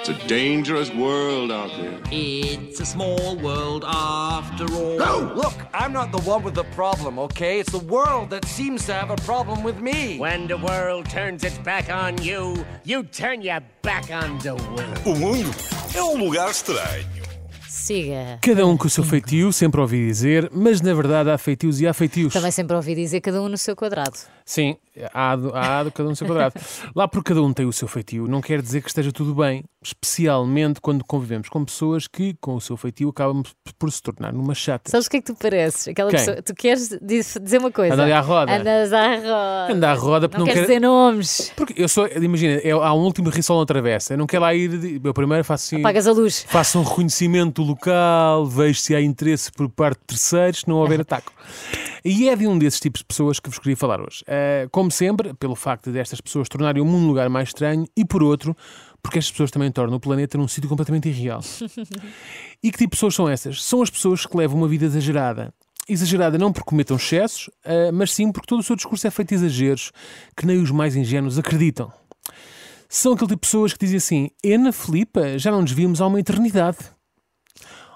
It's a dangerous world out there. It's a small world after all. Look, I'm not the one with the problem, okay? It's the world that seems to have a problem with me. When the world turns its back on you, you turn your back on the world. O mundo é um lugar estranho. Siga. Cada um com o seu feitio, sempre ouvi dizer, mas na verdade há feitios e há feitios. Também sempre ouvi dizer cada um no seu quadrado. Sim, há do, há do cada um no seu quadrado. Lá por cada um tem o seu feitio, não quer dizer que esteja tudo bem, especialmente quando convivemos com pessoas que, com o seu feitio, acabam por se tornar numa chata. Sabes o que é que tu pareces? Aquela Quem? pessoa. Tu queres diz- dizer uma coisa? Anda ali à roda. Andas à roda. Anda à roda Não, porque não, queres quer. dizer nomes. Porque eu sou, imagina, eu, há um último rissol na travessa, eu não quero lá ir. de- Eu primeiro faço assim. Apagas a luz. Faço um reconhecimento do local, vejo se há interesse por parte de terceiros, se não houver ataque. E é de um desses tipos de pessoas que vos queria falar hoje. Eh, como sempre, pelo facto destas pessoas tornarem o mundo um lugar mais estranho, e por outro, porque estas pessoas também tornam o planeta num sítio completamente irreal. E que tipo de pessoas são essas? São as pessoas que levam uma vida exagerada. Exagerada não porque cometam excessos, ah, mas sim porque todo o seu discurso é feito de exageros que nem os mais ingênuos acreditam. São aquele tipo de pessoas que dizem assim: Ana Filipa, já não nos vimos há uma eternidade.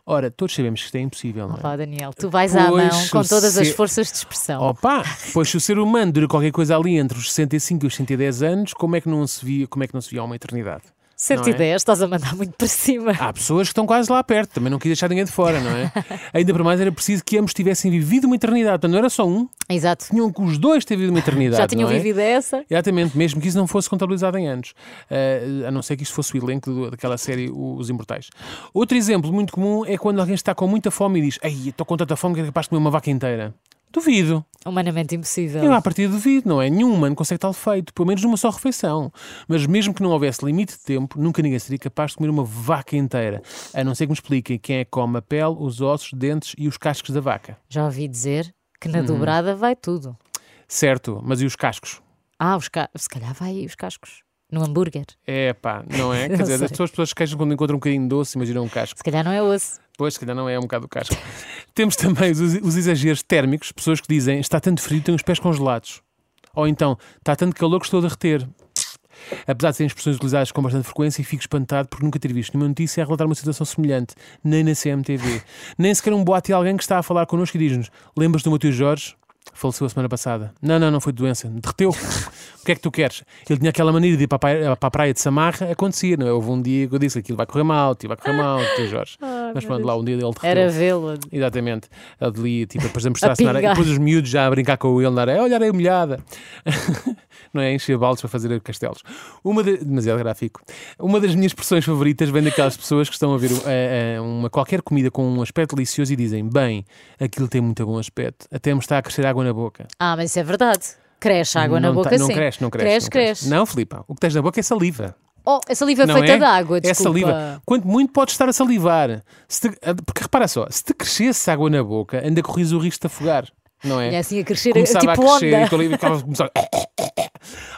Ora, todos sabemos que isto é impossível, não é? Pá, Daniel, tu vais à Pois, mão com o todas as se- forças de expressão. Opa, pois se o ser humano dura qualquer coisa ali entre os 65 e os 110 anos, como é que não se via, como é que não se via há uma eternidade? é? 110, estás a mandar muito para cima. Há pessoas que estão quase lá perto, também não quis deixar ninguém de fora, não é? Ainda por mais era preciso que ambos tivessem vivido uma eternidade, portanto não era só um, Exato. tinham que os dois ter vivido uma eternidade. Já tinham não é? vivido essa? Exatamente, mesmo que isso não fosse contabilizado em anos, Ah, a não ser que isto fosse o elenco do- daquela série o- Os Imortais. Outro exemplo muito comum é quando alguém está com muita fome e diz: Ei, estou com tanta fome que é capaz de comer uma vaca inteira. Duvido. Humanamente impossível. Eu, à partida, duvido, não é? Nenhum humano consegue tal feito, pelo menos numa só refeição. Mas mesmo que não houvesse limite de tempo, nunca ninguém seria capaz de comer uma vaca inteira. A não ser que me expliquem quem é que come a pele, os ossos, dentes e os cascos da vaca. Já ouvi dizer que Uhum. na dobrada vai tudo. Certo, mas e os cascos? Ah, os ca... se calhar vai os cascos. No hambúrguer. É pá, não é? Quer Não dizer, sei. as pessoas, as pessoas queixam quando encontram um bocadinho de doce, imaginam um casco. Se calhar não é osso. Pois, se calhar não é, é um bocado o casco. Temos também os, os exageros térmicos, pessoas que dizem está tanto frio, tenho os pés congelados. Ou então, está tanto calor que estou a derreter. Apesar de serem expressões utilizadas com bastante frequência, fico espantado por nunca ter visto nenhuma notícia a relatar uma situação semelhante, nem na CMTV. Nem sequer um boato de alguém que está a falar connosco e diz-nos: Lembras do meu tio Jorge? Faleceu a semana passada. Não, não, não foi de doença. Derreteu. O que é que tu queres? Ele tinha aquela maneira de ir para a praia, para a praia de Samarra. Acontecia, não é? Houve um dia que eu disse aquilo vai correr mal, tio vai correr mal, tio Jorge. Mas pronto, lá um dia ele derreteu. Era vê-lo. Exatamente. Ali, tipo, depois de mostrar-se na areia. pingar. Depois os miúdos já a brincar com ele na areia. Olha a areia molhada. Não é? Encher baldes para fazer castelos. Uma de... Demasiado gráfico. Uma das minhas expressões favoritas vem daquelas pessoas que estão a ver eh, eh, uma qualquer comida com um aspecto delicioso e dizem: Bem, aquilo tem muito bom aspecto. Até me está a crescer água na boca. Ah, mas isso é verdade. Cresce água na não boca, ta- sim. Não cresce, não cresce. Cresce, não, cresce. cresce. não, Filipa. O que tens na boca é saliva. Oh, a saliva Não feita é? de água, É desculpa. saliva. Quanto muito podes estar a salivar. Se te- Porque repara só, se te crescesse água na boca, ainda corrias o risco de afogar, não E é? assim a crescer, Começava tipo a crescer, onda. e tu ali ficava- começava-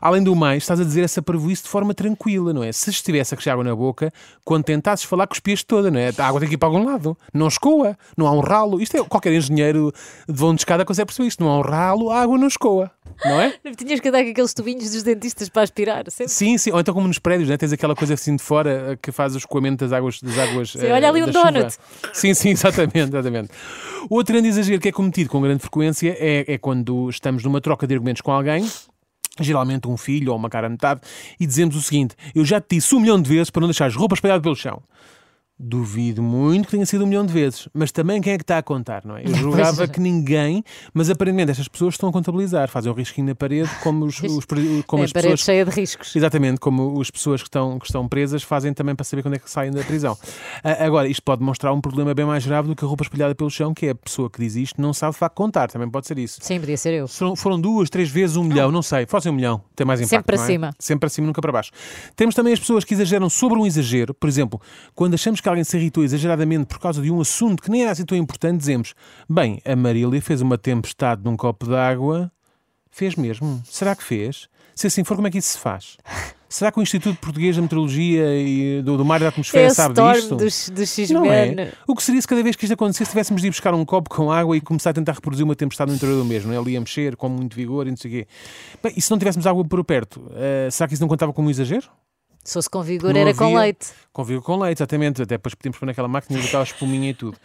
Além do mais, estás a dizer essa parvoíce de forma tranquila, não é? Se estivesse a crescer água na boca, quando tentasses falar, cuspias toda, não é? A água tem que ir para algum lado. Não escoa, não há um ralo. Isto é, qualquer engenheiro de vão de escada consegue perceber isto. Não há um ralo, a água não escoa, não é? Tinhas que andar com aqueles tubinhos dos dentistas para aspirar. sempre. Sim, sim. Ou então como nos prédios, né? tens aquela coisa assim de fora eh, que faz o escoamento das águas. Das águas eh, olha ali um da chuva. donut. Sim, sim, exatamente, exatamente. Outro grande exagero que é cometido com grande frequência é, é quando estamos numa troca de argumentos com alguém. Geralmente um filho ou uma cara a metade, e dizemos o seguinte: Eu já te disse um milhão de vezes para não deixar as roupas espalhadas pelo chão. Duvido muito que tenha sido um milhão de vezes, mas também quem é que está a contar, não é? Eu julgava que ninguém, mas aparentemente estas pessoas estão a contabilizar, fazem um risquinho na parede, como, os, os- como É, parede as pessoas cheia de riscos. Exatamente, como as pessoas que estão, que estão presas fazem também para saber quando é que saem da prisão. Ah, Agora, isto pode mostrar um problema bem mais grave do que a roupa espalhada pelo chão, que é a pessoa que diz isto não sabe de facto contar, também pode ser isso. Sim, podia ser eu. Ah. Foram, foram duas, três vezes um milhão, não sei, fossem um milhão, tem mais impacto. Sempre para não é? cima. Sempre para cima, nunca para baixo. Temos também as pessoas que exageram sobre um exagero, por exemplo, quando achamos que alguém se irritou exageradamente por causa de um assunto que nem era assim tão importante, dizemos: Bem, a Marília fez uma tempestade num copo d'água. Fez mesmo? Será que fez? Se assim for, como é que isso se faz? Será que o Instituto Português da Meteorologia e do, do Mar e da Atmosfera é o sabe storm disto? dos, dos Não X-Men. é? O que seria se cada vez que isto acontecesse tivéssemos de ir buscar um copo com água e começar a tentar reproduzir uma tempestade no interior do mesmo? Não é? Ali a mexer com muito vigor e não sei o quê. Bem, e se não tivéssemos água por perto, eh, será que isso não contava como um exagero? Se fosse com vigor, Não era com havia- leite. Com vigor com leite, exatamente. Até depois podíamos pôr naquela máquina e botar a espuminha e tudo.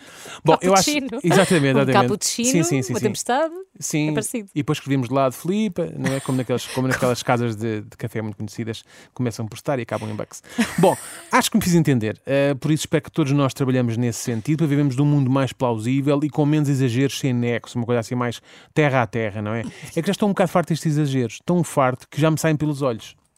Bom, eu acho. Cappuccino. Exatamente, Um exatamente. cappuccino, sim, sim, sim, uma sim. tempestade. Sim, É parecido. e depois escrevíamos de lado Filipe, não é? Como, naqueles, como naquelas casas de, de café muito conhecidas, começam por estar e acabam em Bucks. Bom, acho que me fiz entender, eh, por isso espero que todos nós trabalhamos nesse sentido, para vivemos num mundo mais plausível e com menos exageros sem nexo, uma coisa assim mais terra a terra, não é? É que já estou um bocado farto destes exageros, tão farto que já me saem pelos olhos.